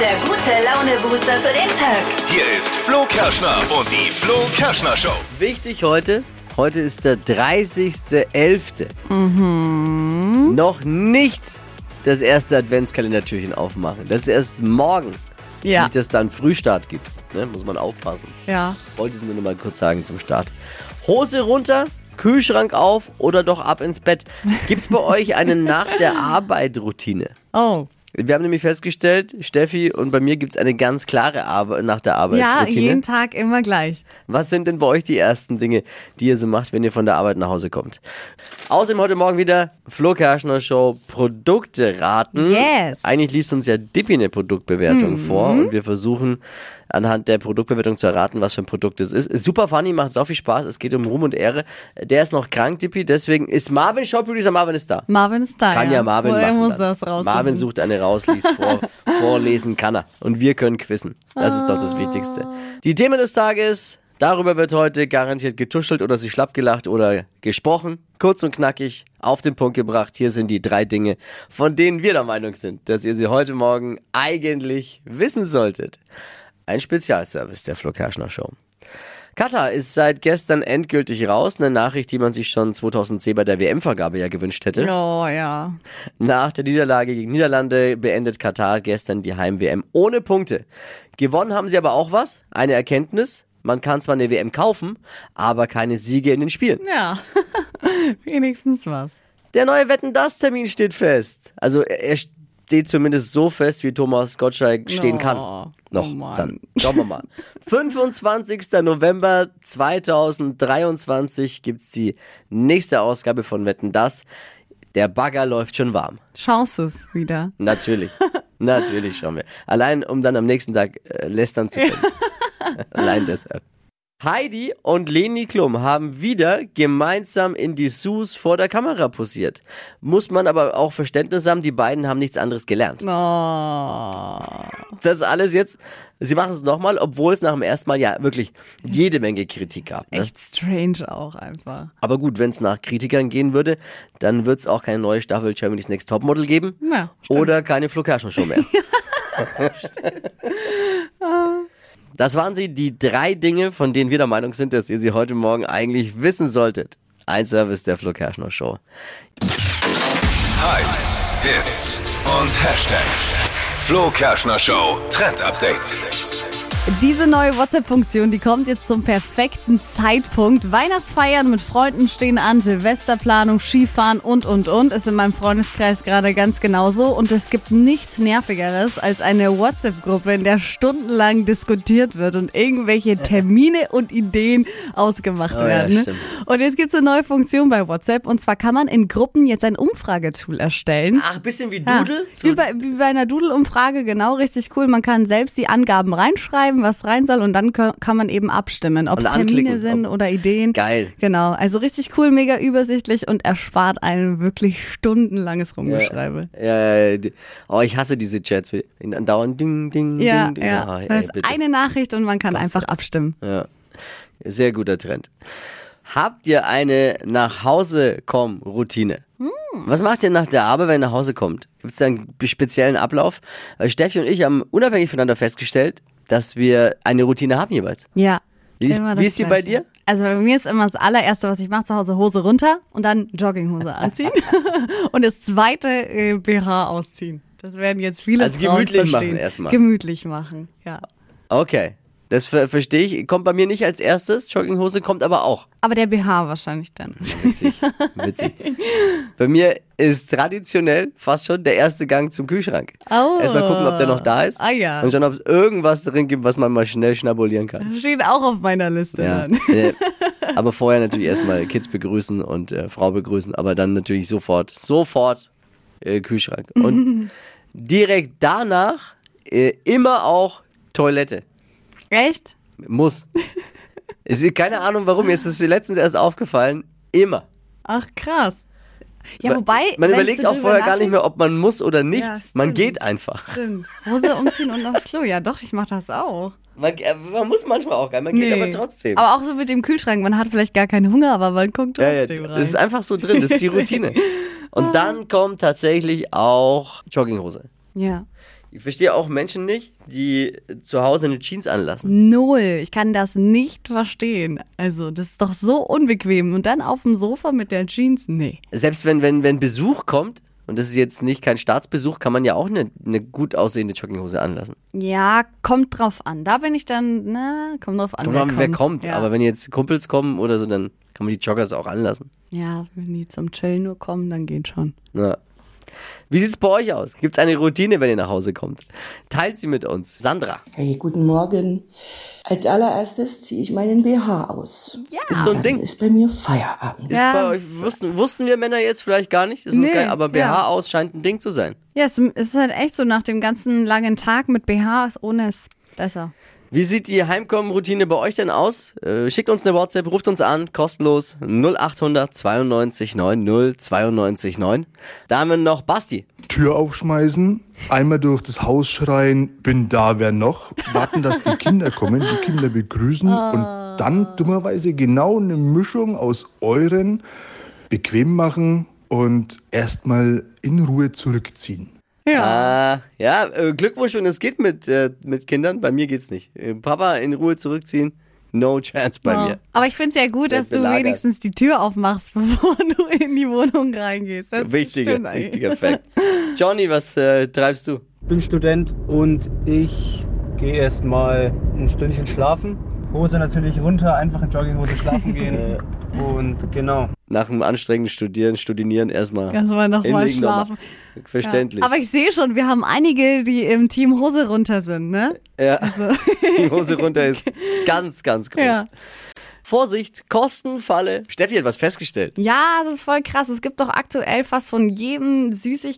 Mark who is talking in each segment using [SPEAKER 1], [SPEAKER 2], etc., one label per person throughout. [SPEAKER 1] der gute Laune-Booster für den Tag.
[SPEAKER 2] Hier ist Flo Kerschner und die Flo Kerschner Show.
[SPEAKER 3] Wichtig heute, heute ist der 30.11. Mhm. Noch nicht das erste Adventskalendertürchen aufmachen. Das ist erst morgen.
[SPEAKER 4] Ja.
[SPEAKER 3] Nicht, dass da einen Frühstart gibt. Ne? Muss man aufpassen.
[SPEAKER 4] Ja.
[SPEAKER 3] Wollte ich nur noch mal kurz sagen zum Start. Hose runter, Kühlschrank auf oder doch ab ins Bett. Gibt's bei euch eine Nach der Arbeit Routine?
[SPEAKER 4] Oh.
[SPEAKER 3] Wir haben nämlich festgestellt, Steffi und bei mir gibt's eine ganz klare Arbe nach der
[SPEAKER 4] Ja,
[SPEAKER 3] Arbeitsroutine.
[SPEAKER 4] jeden Tag immer gleich.
[SPEAKER 3] Was sind denn bei euch die ersten Dinge, die ihr so macht, wenn ihr von der Arbeit nach Hause kommt? Außerdem heute Morgen wieder Flo Kerschner Show Produkte raten.
[SPEAKER 4] Yes.
[SPEAKER 3] Eigentlich liest uns ja Dippi eine Produktbewertung vor und wir versuchen anhand der Produktbewertung zu erraten, was für ein Produkt es ist. Ist Super funny, macht so viel Spaß, es geht um Ruhm und Ehre. Der ist noch krank, Dippi, deswegen ist Marvin Shop Producer, Marvin ist da.
[SPEAKER 4] Marvin ist da.
[SPEAKER 3] Kann ja Marvin
[SPEAKER 4] Woher
[SPEAKER 3] machen.
[SPEAKER 4] muss
[SPEAKER 3] dann.
[SPEAKER 4] das raus?
[SPEAKER 3] Marvin sucht eine raus, liest vor, vorlesen kann er. Und wir können quizzen. Das ist doch das Wichtigste. Die Themen des Tages, darüber wird heute garantiert getuschelt oder sich schlapp gelacht oder gesprochen. Kurz und knackig auf den Punkt gebracht. Hier sind die drei Dinge, von denen wir der Meinung sind, dass ihr sie heute Morgen eigentlich wissen solltet. Ein Spezialservice der Flo Kerschner Show. Katar ist seit gestern endgültig raus. Eine Nachricht, die man sich schon 2010 bei der WM-Vergabe ja gewünscht hätte.
[SPEAKER 4] Oh ja.
[SPEAKER 3] Nach der Niederlage gegen Niederlande beendet Katar gestern die Heim-WM ohne Punkte. Gewonnen haben sie aber auch was, eine Erkenntnis. Man kann zwar eine WM kaufen, aber keine Siege in den Spielen.
[SPEAKER 4] Ja. Wenigstens was.
[SPEAKER 3] Der neue Wetten das Termin steht fest. Also er er steht zumindest so fest, wie Thomas Gottschalk stehen
[SPEAKER 4] Oh,
[SPEAKER 3] kann. Noch,
[SPEAKER 4] oh Mann.
[SPEAKER 3] dann schauen wir mal. 25. November 2023 gibt's die nächste Ausgabe von Wetten das. Der Bagger läuft schon warm.
[SPEAKER 4] Chances wieder.
[SPEAKER 3] Natürlich. Natürlich schauen wir. Allein, um dann am nächsten Tag äh, lästern zu können. Allein deshalb. Heidi und Leni Klum haben wieder gemeinsam in die Sus vor der Kamera posiert. Muss man aber auch Verständnis haben, die beiden haben nichts anderes gelernt.
[SPEAKER 4] Oh.
[SPEAKER 3] Das alles jetzt, sie machen es nochmal, obwohl es nach dem ersten Mal ja wirklich jede Menge Kritik gab. Ne?
[SPEAKER 4] Echt strange auch einfach.
[SPEAKER 3] Aber gut, wenn es nach Kritikern gehen würde, dann wird es auch keine neue Staffel Germany's Next Topmodel geben.
[SPEAKER 4] Na, stimmt.
[SPEAKER 3] oder keine Flo Kerschner Show mehr. das waren sie, die drei Dinge, von denen wir der Meinung sind, dass ihr sie heute Morgen eigentlich wissen solltet. Ein Service der Flo Kerschner Show.
[SPEAKER 2] Hypes, Hits und Hashtags. Flo Kerschner Show Trend Update.
[SPEAKER 4] Diese neue WhatsApp-Funktion, die kommt jetzt zum perfekten Zeitpunkt. Weihnachtsfeiern mit Freunden stehen an, Silvesterplanung, Skifahren und, und, und. Ist in meinem Freundeskreis gerade ganz genauso. Und es gibt nichts Nervigeres als eine WhatsApp-Gruppe, in der stundenlang diskutiert wird und irgendwelche Termine und Ideen ausgemacht
[SPEAKER 3] Oh ja,
[SPEAKER 4] werden.
[SPEAKER 3] stimmt.
[SPEAKER 4] und jetzt gibt es eine neue Funktion bei WhatsApp. Und zwar kann man in Gruppen jetzt ein Umfragetool erstellen.
[SPEAKER 3] Ach, bisschen wie
[SPEAKER 4] Ja.
[SPEAKER 3] Doodle?
[SPEAKER 4] Ah, wie, bei, wie bei einer Doodle-Umfrage, genau, richtig cool. Man kann selbst die Angaben reinschreiben, was rein soll und dann kö- kann man eben abstimmen, ob es
[SPEAKER 3] Und
[SPEAKER 4] Termine
[SPEAKER 3] anklicken,
[SPEAKER 4] sind
[SPEAKER 3] ob-
[SPEAKER 4] oder Ideen.
[SPEAKER 3] Geil.
[SPEAKER 4] Genau, also richtig cool, mega übersichtlich und erspart einem wirklich stundenlanges Rumgeschreibe.
[SPEAKER 3] Äh, die- oh, ich hasse diese Chats. wie- in- Andauernd ding, ding,
[SPEAKER 4] Ja,
[SPEAKER 3] ding. ding.
[SPEAKER 4] ja.
[SPEAKER 3] Ah, ey,
[SPEAKER 4] das ist
[SPEAKER 3] bitte.
[SPEAKER 4] eine Nachricht und man kann einfach abstimmen.
[SPEAKER 3] Ja. Sehr guter Trend. Habt ihr eine nach Hause kommen Routine?
[SPEAKER 4] Hm.
[SPEAKER 3] Was macht ihr nach der Arbeit, wenn ihr nach Hause kommt? Gibt es da einen speziellen Ablauf? Weil Steffi und ich haben unabhängig voneinander festgestellt, dass wir eine Routine haben jeweils.
[SPEAKER 4] Ja.
[SPEAKER 3] Wie ist-
[SPEAKER 4] immer
[SPEAKER 3] wie
[SPEAKER 4] das
[SPEAKER 3] ist die bei
[SPEAKER 4] Gleiche.
[SPEAKER 3] dir?
[SPEAKER 4] Also bei mir ist immer das allererste, was ich mache zu Hause, Hose runter und dann Jogginghose anziehen. und das zweite äh, BH ausziehen. Das werden jetzt viele
[SPEAKER 3] Also
[SPEAKER 4] Frauen
[SPEAKER 3] gemütlich machen
[SPEAKER 4] verstehen.
[SPEAKER 3] erstmal.
[SPEAKER 4] Gemütlich machen, ja.
[SPEAKER 3] Okay, das ver verstehe ich. Kommt bei mir nicht als erstes. Jogginghose kommt aber auch.
[SPEAKER 4] Aber der BH wahrscheinlich dann.
[SPEAKER 3] Witzig, witzig. Bei mir ist traditionell fast schon der erste Gang zum Kühlschrank.
[SPEAKER 4] Oh.
[SPEAKER 3] Erstmal gucken, ob der noch da ist.
[SPEAKER 4] Ah ja.
[SPEAKER 3] Und schauen, ob es irgendwas drin gibt, was man mal schnell schnabulieren kann.
[SPEAKER 4] Steht auch auf meiner Liste
[SPEAKER 3] Ja.
[SPEAKER 4] dann.
[SPEAKER 3] Äh, aber vorher natürlich erstmal Kids begrüßen und äh, Frau begrüßen, aber dann natürlich sofort, sofort äh, Kühlschrank. Und direkt danach äh, immer auch Toilette.
[SPEAKER 4] Echt?
[SPEAKER 3] Muss. Es ist keine Ahnung warum, mir ist es letztens erst aufgefallen. Immer.
[SPEAKER 4] Ach krass. Ja, wobei.
[SPEAKER 3] man
[SPEAKER 4] wenn
[SPEAKER 3] überlegt
[SPEAKER 4] du
[SPEAKER 3] auch
[SPEAKER 4] drüber
[SPEAKER 3] vorher gar nicht mehr, ob man muss oder nicht.
[SPEAKER 4] Ja,
[SPEAKER 3] man
[SPEAKER 4] stimmt.
[SPEAKER 3] geht einfach.
[SPEAKER 4] nachdenkst- Stimmt. Hose umziehen und aufs Klo. Ja, doch, ich mache das auch.
[SPEAKER 3] Man, äh, man muss manchmal auch gar nicht, man geht aber trotzdem.
[SPEAKER 4] Aber auch so mit dem Kühlschrank. Man hat vielleicht gar keinen Hunger, aber man guckt
[SPEAKER 3] Ja, ja,
[SPEAKER 4] trotzdem rein.
[SPEAKER 3] das ist einfach so drin, das ist die Routine. Und dann kommt tatsächlich auch Jogginghose.
[SPEAKER 4] ja.
[SPEAKER 3] Ich verstehe auch Menschen nicht, die zu Hause eine Jeans anlassen.
[SPEAKER 4] Null. Ich kann das nicht verstehen. Also, das ist doch so unbequem. Und dann auf dem Sofa mit der Jeans? Nee.
[SPEAKER 3] Selbst wenn, wenn, wenn Besuch kommt, und das ist jetzt nicht kein Staatsbesuch, kann man ja auch eine, eine gut aussehende Jogginghose anlassen.
[SPEAKER 4] Ja, kommt drauf an. Da bin ich dann, na, kommt drauf an.
[SPEAKER 3] Kommt drauf an, wer kommt.
[SPEAKER 4] Ja.
[SPEAKER 3] Aber wenn jetzt Kumpels kommen oder so, dann kann man die Joggers auch anlassen.
[SPEAKER 4] ja, wenn die zum Chillen nur kommen, dann geht schon.
[SPEAKER 3] Ja. Wie sieht's bei euch aus? Gibt's eine Routine, wenn ihr nach Hause kommt? Teilt sie mit uns. Sandra.
[SPEAKER 5] Hey, guten Morgen. Als allererstes ziehe ich meinen BH aus. Ja,
[SPEAKER 3] Ist so ein Ding.
[SPEAKER 5] Ist bei mir Feierabend.
[SPEAKER 3] Ist
[SPEAKER 4] Ja,
[SPEAKER 3] bei euch,
[SPEAKER 4] das-
[SPEAKER 3] wussten, wussten wir Männer jetzt vielleicht gar nicht, ist uns
[SPEAKER 4] Nee,
[SPEAKER 3] geil, aber BH
[SPEAKER 4] ja.
[SPEAKER 3] aus scheint ein Ding zu sein.
[SPEAKER 4] Ja, es es ist halt echt so, nach dem ganzen langen Tag mit BH ist ohne es besser.
[SPEAKER 3] Wie sieht die Heimkommen-Routine bei euch denn aus? Äh, schickt uns eine WhatsApp, ruft uns an, kostenlos 0800 92 90 92 9. Da haben wir noch Basti.
[SPEAKER 6] Tür aufschmeißen, einmal durch das Haus schreien, bin da, wer noch, warten, dass die Kinder kommen, die Kinder begrüßen und dann dummerweise genau eine Mischung aus euren bequem machen und erstmal in Ruhe zurückziehen.
[SPEAKER 3] Ah, ja, äh, Glückwunsch, wenn es geht mit, äh, mit Kindern. Bei mir geht's nicht. Äh, Papa in Ruhe zurückziehen, no chance bei
[SPEAKER 4] Ja.
[SPEAKER 3] mir.
[SPEAKER 4] Aber ich finde es ja gut,
[SPEAKER 3] Wird
[SPEAKER 4] dass du
[SPEAKER 3] belagert.
[SPEAKER 4] wenigstens die Tür aufmachst, bevor du in die Wohnung reingehst. Das
[SPEAKER 3] Wichtiger,
[SPEAKER 4] stimmt eigentlich.
[SPEAKER 3] wichtiger Fact. Johnny, was äh, treibst du?
[SPEAKER 7] bin Student und ich gehe erstmal ein Stündchen schlafen. Hose natürlich runter, einfach in Jogginghose schlafen gehen. und genau.
[SPEAKER 3] Nach einem anstrengenden Studieren, Studinieren erstmal.
[SPEAKER 4] Erstmal noch mal
[SPEAKER 3] hinlegen, noch mal.
[SPEAKER 4] Ja.
[SPEAKER 3] Verständlich.
[SPEAKER 4] Aber ich sehe schon, wir haben einige, die im Team Hose runter sind, ne?
[SPEAKER 3] Ja, die Hose runter ist ganz, ganz groß.
[SPEAKER 4] Ja.
[SPEAKER 3] Vorsicht, Kostenfalle. Steffi hat was festgestellt.
[SPEAKER 4] Ja, das ist voll krass. Es gibt doch aktuell fast von jedem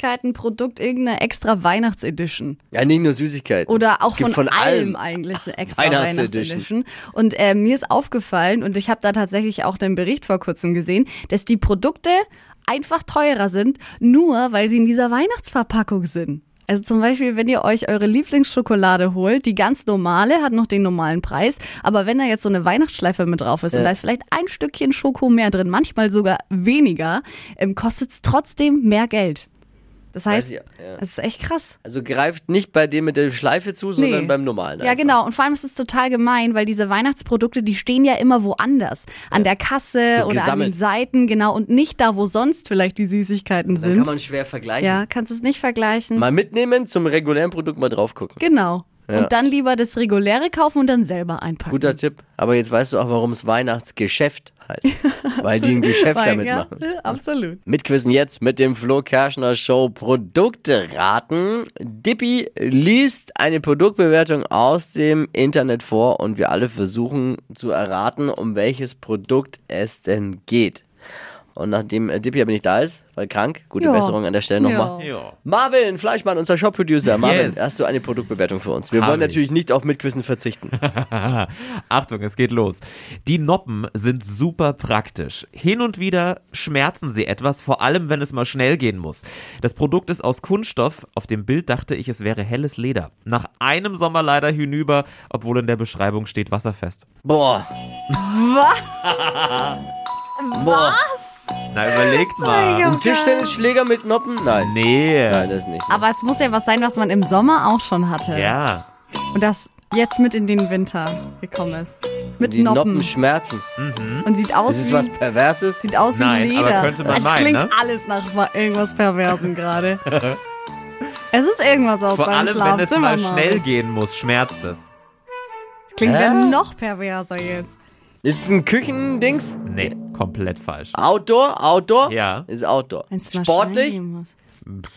[SPEAKER 4] Süßigkeitenprodukt irgendeine extra Weihnachtsedition.
[SPEAKER 3] Ja, nicht nur Süßigkeiten.
[SPEAKER 4] Oder auch
[SPEAKER 3] Es gibt
[SPEAKER 4] von, allem eigentlich eine extra
[SPEAKER 3] Weihnachtsedition.
[SPEAKER 4] Weihnachtsedition. Und äh, mir ist aufgefallen, und ich habe da tatsächlich auch einen Bericht vor kurzem gesehen, dass die Produkte einfach teurer sind, nur weil sie in dieser Weihnachtsverpackung sind. Also zum Beispiel, wenn ihr euch eure Lieblingsschokolade holt, die ganz normale hat noch den normalen Preis, aber wenn da jetzt so eine Weihnachtsschleife mit drauf ist und da ist vielleicht ein Stückchen Schoko mehr drin, manchmal sogar weniger, ähm, kostet es trotzdem mehr Geld. Das heißt,
[SPEAKER 3] ich, ja.
[SPEAKER 4] das ist echt krass.
[SPEAKER 3] Also greift nicht bei dem mit der Schleife zu, sondern
[SPEAKER 4] Nee.
[SPEAKER 3] beim normalen.
[SPEAKER 4] Ja,
[SPEAKER 3] einfach.
[SPEAKER 4] genau. Und vor allem ist es total gemein, weil diese Weihnachtsprodukte, die stehen ja immer woanders. An der Kasse
[SPEAKER 3] So
[SPEAKER 4] oder an
[SPEAKER 3] gesammelt.
[SPEAKER 4] den Seiten, genau. Und nicht da, wo sonst vielleicht die Süßigkeiten
[SPEAKER 3] Dann kann
[SPEAKER 4] sind.
[SPEAKER 3] man schwer vergleichen.
[SPEAKER 4] Ja, kannst es nicht vergleichen.
[SPEAKER 3] Mal mitnehmen, zum regulären Produkt mal drauf gucken.
[SPEAKER 4] genau.
[SPEAKER 3] Ja.
[SPEAKER 4] Und dann lieber das reguläre kaufen und dann selber einpacken.
[SPEAKER 3] Guter Tipp. Aber jetzt weißt du auch, warum es Weihnachtsgeschäft heißt. Weil die ein Geschäft
[SPEAKER 4] Weil,
[SPEAKER 3] damit
[SPEAKER 4] ja,
[SPEAKER 3] machen.
[SPEAKER 4] äh, Absolut.
[SPEAKER 3] Mitquissen jetzt mit dem Flo Kerschner Show Produkte raten. Dippy liest eine Produktbewertung aus dem Internet vor und wir alle versuchen zu erraten, um welches Produkt es denn geht. Und nachdem äh, Dippy aber nicht da ist, weil krank, gute
[SPEAKER 4] Ja.
[SPEAKER 3] Besserung an der Stelle nochmal. Marvin Fleischmann, unser Shop-Producer. Marvin, hast du eine Produktbewertung für uns? Wir
[SPEAKER 8] Hab
[SPEAKER 3] wollen
[SPEAKER 8] ich.
[SPEAKER 3] natürlich nicht auf Mitquissen verzichten.
[SPEAKER 8] Achtung, es geht los. Die Noppen sind super praktisch. Hin und wieder schmerzen sie etwas, vor allem wenn es mal schnell gehen muss. Das Produkt ist aus Kunststoff. Auf dem Bild dachte ich, es wäre helles Leder. Nach einem Sommer leider hinüber, obwohl in der Beschreibung steht wasserfest.
[SPEAKER 3] Boah. Boah.
[SPEAKER 8] Na, überlegt mal.
[SPEAKER 4] Gott.
[SPEAKER 3] Ein Tischtennisschläger mit Noppen? Nein.
[SPEAKER 8] Nee.
[SPEAKER 3] Nein, das nicht.
[SPEAKER 4] Aber es muss ja was sein, was man im Sommer auch schon hatte.
[SPEAKER 8] Ja.
[SPEAKER 4] Und das jetzt mit in den Winter gekommen ist. Mit
[SPEAKER 3] Die
[SPEAKER 4] Noppen.
[SPEAKER 3] Noppen schmerzen.
[SPEAKER 4] und sieht aus
[SPEAKER 3] Das ist
[SPEAKER 4] wie
[SPEAKER 3] was Perverses.
[SPEAKER 4] Sieht aus
[SPEAKER 8] Nein,
[SPEAKER 4] wie
[SPEAKER 8] aber
[SPEAKER 4] Leder.
[SPEAKER 8] könnte man
[SPEAKER 4] es
[SPEAKER 8] meinen,
[SPEAKER 4] klingt
[SPEAKER 8] ne?
[SPEAKER 4] alles nach wa- irgendwas Perversem gerade. es ist irgendwas aus
[SPEAKER 8] Vor
[SPEAKER 4] deinem
[SPEAKER 8] allem, wenn es
[SPEAKER 4] Schlafzimmer.
[SPEAKER 8] mal schnell gehen muss, schmerzt es.
[SPEAKER 4] Klingt
[SPEAKER 3] Hä?
[SPEAKER 4] dann noch perverser jetzt.
[SPEAKER 3] Ist es ein Küchendings?
[SPEAKER 8] Nee, komplett falsch.
[SPEAKER 3] Outdoor? Outdoor?
[SPEAKER 8] Ja.
[SPEAKER 3] Ist Outdoor.
[SPEAKER 4] Wenn's mal schnell
[SPEAKER 3] Sportlich?
[SPEAKER 4] gehen muss.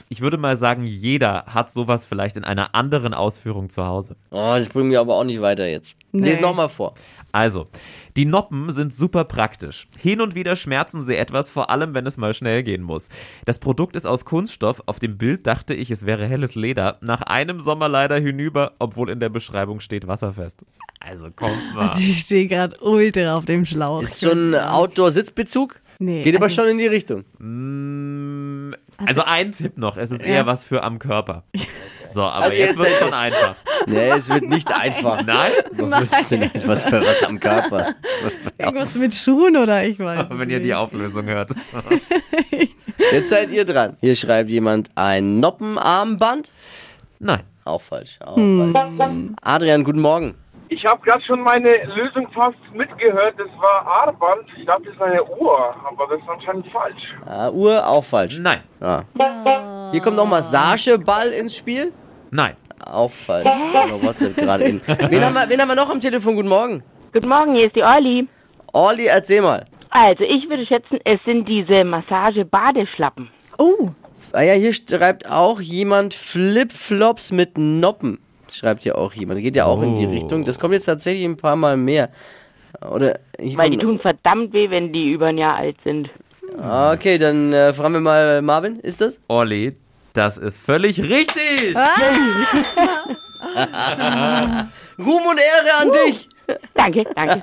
[SPEAKER 8] Ich würde mal sagen, jeder hat sowas vielleicht in einer anderen Ausführung zu Hause.
[SPEAKER 3] Oh, das bringt mir aber auch nicht weiter jetzt.
[SPEAKER 4] Nee.
[SPEAKER 3] Lies nochmal vor.
[SPEAKER 8] Also, die Noppen sind super praktisch. Hin und wieder schmerzen sie etwas, vor allem wenn es mal schnell gehen muss. Das Produkt ist aus Kunststoff. Auf dem Bild dachte ich, es wäre helles Leder. Nach einem Sommer leider hinüber, obwohl in der Beschreibung steht wasserfest. Also kommt mal.
[SPEAKER 4] Also ich stehe gerade ultra auf dem Schlauch.
[SPEAKER 3] Ist so ein Outdoor-Sitzbezug?
[SPEAKER 4] Nee,
[SPEAKER 3] Geht aber
[SPEAKER 4] also-
[SPEAKER 3] schon in die Richtung.
[SPEAKER 8] Also ein Tipp noch, es ist eher was für am Körper. So, aber
[SPEAKER 3] Also
[SPEAKER 8] jetzt
[SPEAKER 3] jetzt-
[SPEAKER 8] wird es schon einfach.
[SPEAKER 3] Nee, es wird nicht einfach.
[SPEAKER 8] Nein?
[SPEAKER 3] Was ist denn jetzt was für was am Körper?
[SPEAKER 4] irgendwas mit Schuhen oder ich weiß.
[SPEAKER 8] Wenn ihr die Auflösung hört.
[SPEAKER 3] Jetzt seid ihr dran. Hier schreibt jemand ein Noppenarmband.
[SPEAKER 8] Nein.
[SPEAKER 3] Auch falsch. Auch falsch.
[SPEAKER 4] Hm.
[SPEAKER 3] Adrian, guten Morgen.
[SPEAKER 9] Ich habe gerade schon meine Lösung fast mitgehört. Das war Armband. Ich dachte, das ist eine Uhr, aber das ist anscheinend falsch.
[SPEAKER 3] Ah, Uhr, auch falsch.
[SPEAKER 8] Nein,
[SPEAKER 3] Ah. Hier kommt noch Massageball ins Spiel.
[SPEAKER 8] nein.
[SPEAKER 3] Auch falsch. Über WhatsApp gerade eben. Wen haben, wir, wen haben wir noch am Telefon? Guten Morgen.
[SPEAKER 10] Guten Morgen, hier ist die Orli.
[SPEAKER 3] Orli, erzähl mal.
[SPEAKER 10] Also, ich würde schätzen, es sind diese Massage-Badeschlappen.
[SPEAKER 4] Oh,
[SPEAKER 3] Ah ja, hier schreibt auch jemand Flipflops mit Noppen. Schreibt ja auch jemand. Geht ja auch in die
[SPEAKER 8] Oh.
[SPEAKER 3] Richtung. Das kommt jetzt tatsächlich ein paar Mal mehr. Oder ich
[SPEAKER 10] Weil die tun verdammt weh, wenn die über ein Jahr alt sind.
[SPEAKER 3] Okay, dann äh, fragen wir mal Marvin, ist das?
[SPEAKER 8] Olli, das ist völlig richtig.
[SPEAKER 3] Ruhm und Ehre an dich!
[SPEAKER 10] Danke, danke.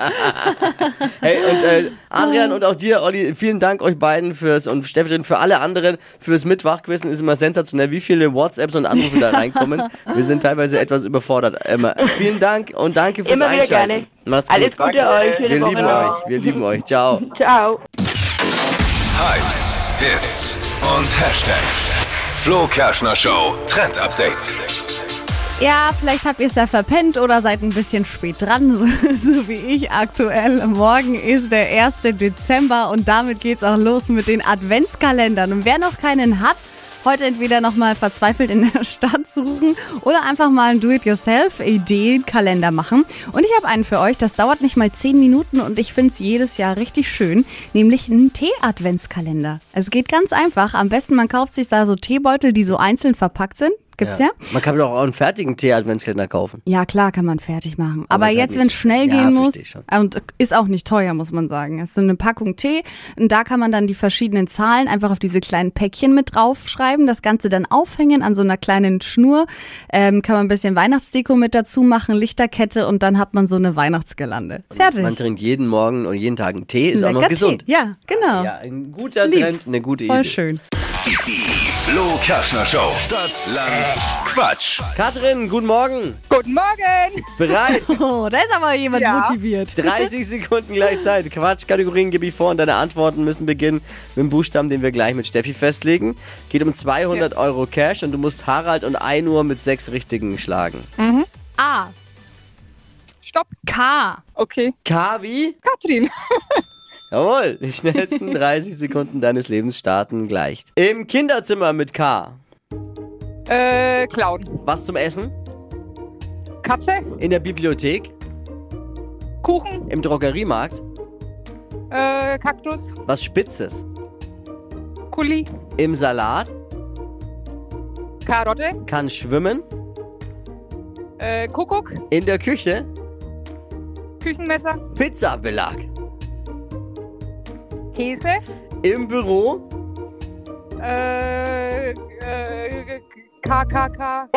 [SPEAKER 3] Hey, und äh,
[SPEAKER 4] Ah.
[SPEAKER 3] Adrian und auch dir, Olli, vielen Dank euch beiden fürs und Stefan für alle anderen fürs Mitwachquissen. Ist immer sensationell, wie viele WhatsApps und Anrufe da reinkommen. Wir sind teilweise etwas überfordert. Emma, vielen Dank und danke fürs
[SPEAKER 10] Immer wieder
[SPEAKER 3] Einschalten.
[SPEAKER 10] gerne.
[SPEAKER 3] Macht's gut.
[SPEAKER 10] Alles Gute euch. Schöne
[SPEAKER 3] Wir
[SPEAKER 10] Woche
[SPEAKER 3] lieben
[SPEAKER 10] noch.
[SPEAKER 3] euch. Wir lieben euch. Ciao.
[SPEAKER 10] Ciao.
[SPEAKER 2] Hypes, Hits und Hashtags. Flo Kerschner Show Trend Update.
[SPEAKER 4] Ja, vielleicht habt ihr es ja verpennt oder seid ein bisschen spät dran, so, so wie ich aktuell. Morgen ist der 1. Dezember und damit geht's auch los mit den Adventskalendern. Und wer noch keinen hat, heute entweder nochmal verzweifelt in der Stadt suchen oder einfach mal einen Do-it-yourself-Ideen-Kalender machen. Und ich habe einen für euch, das dauert nicht mal 10 Minuten und ich find's jedes Jahr richtig schön, nämlich einen Tee-Adventskalender. Es geht ganz einfach. Am besten, man kauft sich da so Teebeutel, die so einzeln verpackt sind. Gibt's ja.
[SPEAKER 3] Man kann doch auch einen fertigen Tee-Adventskalender kaufen.
[SPEAKER 4] Ja, klar kann man fertig machen.
[SPEAKER 3] Aber
[SPEAKER 4] Aber,
[SPEAKER 3] ist halt
[SPEAKER 4] jetzt, wenn es
[SPEAKER 3] nicht-
[SPEAKER 4] schnell
[SPEAKER 3] Ja,
[SPEAKER 4] gehen muss,
[SPEAKER 3] versteh schon.
[SPEAKER 4] äh, und ist auch nicht teuer, muss man sagen. Es ist so eine Packung Tee und da kann man dann die verschiedenen Zahlen einfach auf diese kleinen Päckchen mit draufschreiben, das Ganze dann aufhängen an so einer kleinen Schnur, ähm, kann man ein bisschen Weihnachtsdeko mit dazu machen, Lichterkette und dann hat man so eine Weihnachtsgelande. Fertig.
[SPEAKER 3] Man trinkt jeden Morgen und jeden Tag einen Tee, ist auch
[SPEAKER 4] Lecker
[SPEAKER 3] noch gesund.
[SPEAKER 4] Tee. Ja, genau.
[SPEAKER 3] Ja, ein guter
[SPEAKER 4] Lieb's.
[SPEAKER 3] Trend, eine gute
[SPEAKER 4] Voll
[SPEAKER 3] Idee.
[SPEAKER 4] schön.
[SPEAKER 2] Die Flo Kerschner Show. Stadt, Land, Quatsch.
[SPEAKER 3] Katrin, guten Morgen.
[SPEAKER 11] Guten Morgen!
[SPEAKER 3] Bereit?
[SPEAKER 4] Oh, da ist aber jemand motiviert.
[SPEAKER 3] 30 Sekunden gleichzeitig. Quatsch, Kategorien gebe ich vor und deine Antworten müssen beginnen mit dem Buchstaben, den wir gleich mit Steffi festlegen. Geht um 200 Euro Cash und du musst Harald und 1 Uhr mit sechs Richtigen schlagen.
[SPEAKER 4] A.
[SPEAKER 11] Stopp!
[SPEAKER 4] K.
[SPEAKER 11] Okay,
[SPEAKER 3] Kavi?
[SPEAKER 11] Katrin.
[SPEAKER 3] Jawohl, die schnellsten 30 Sekunden deines Lebens starten gleich. Im Kinderzimmer mit K.
[SPEAKER 11] Äh, Clown.
[SPEAKER 3] Was zum Essen?
[SPEAKER 11] Katze.
[SPEAKER 3] In der Bibliothek?
[SPEAKER 11] Kuchen.
[SPEAKER 3] Im Drogeriemarkt?
[SPEAKER 11] Äh, Kaktus.
[SPEAKER 3] Was Spitzes?
[SPEAKER 11] Kuli.
[SPEAKER 3] Im Salat?
[SPEAKER 11] Karotte.
[SPEAKER 3] Kann schwimmen?
[SPEAKER 11] Äh, Kuckuck.
[SPEAKER 3] In der Küche?
[SPEAKER 11] Küchenmesser.
[SPEAKER 3] Pizzabelag?
[SPEAKER 11] Käse.
[SPEAKER 3] Im Büro?
[SPEAKER 11] Äh, äh, KKK.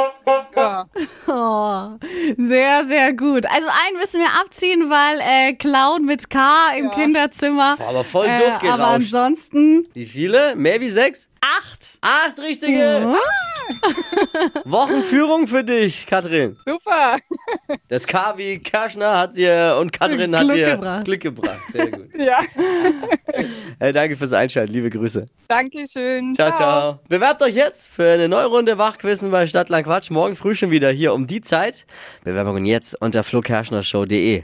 [SPEAKER 11] Ja.
[SPEAKER 4] Oh, sehr, sehr gut. Also einen müssen wir abziehen, weil äh, Clown mit K im Kinderzimmer.
[SPEAKER 3] Boah, aber voll
[SPEAKER 4] äh,
[SPEAKER 3] durchgerauscht.
[SPEAKER 4] aber ansonsten
[SPEAKER 3] Wie viele? Mehr wie sechs?
[SPEAKER 4] acht.
[SPEAKER 3] Acht
[SPEAKER 4] Mhm.
[SPEAKER 3] richtige! Wochenführung für dich, Katrin.
[SPEAKER 11] Super.
[SPEAKER 3] Das KW Kerschner hat dir und Katrin hat
[SPEAKER 4] Glück
[SPEAKER 3] dir
[SPEAKER 4] gebracht.
[SPEAKER 3] Glück gebracht. Sehr gut.
[SPEAKER 11] Ja.
[SPEAKER 3] Äh, danke fürs Einschalten. Liebe Grüße.
[SPEAKER 11] Dankeschön.
[SPEAKER 3] Ciao, ciao. Bewerbt euch jetzt für eine neue Runde Wachquissen bei Stadtland Quatsch. Morgen früh schon wieder hier um die Zeit. Bewerbungen jetzt unter flokerschnershow.de.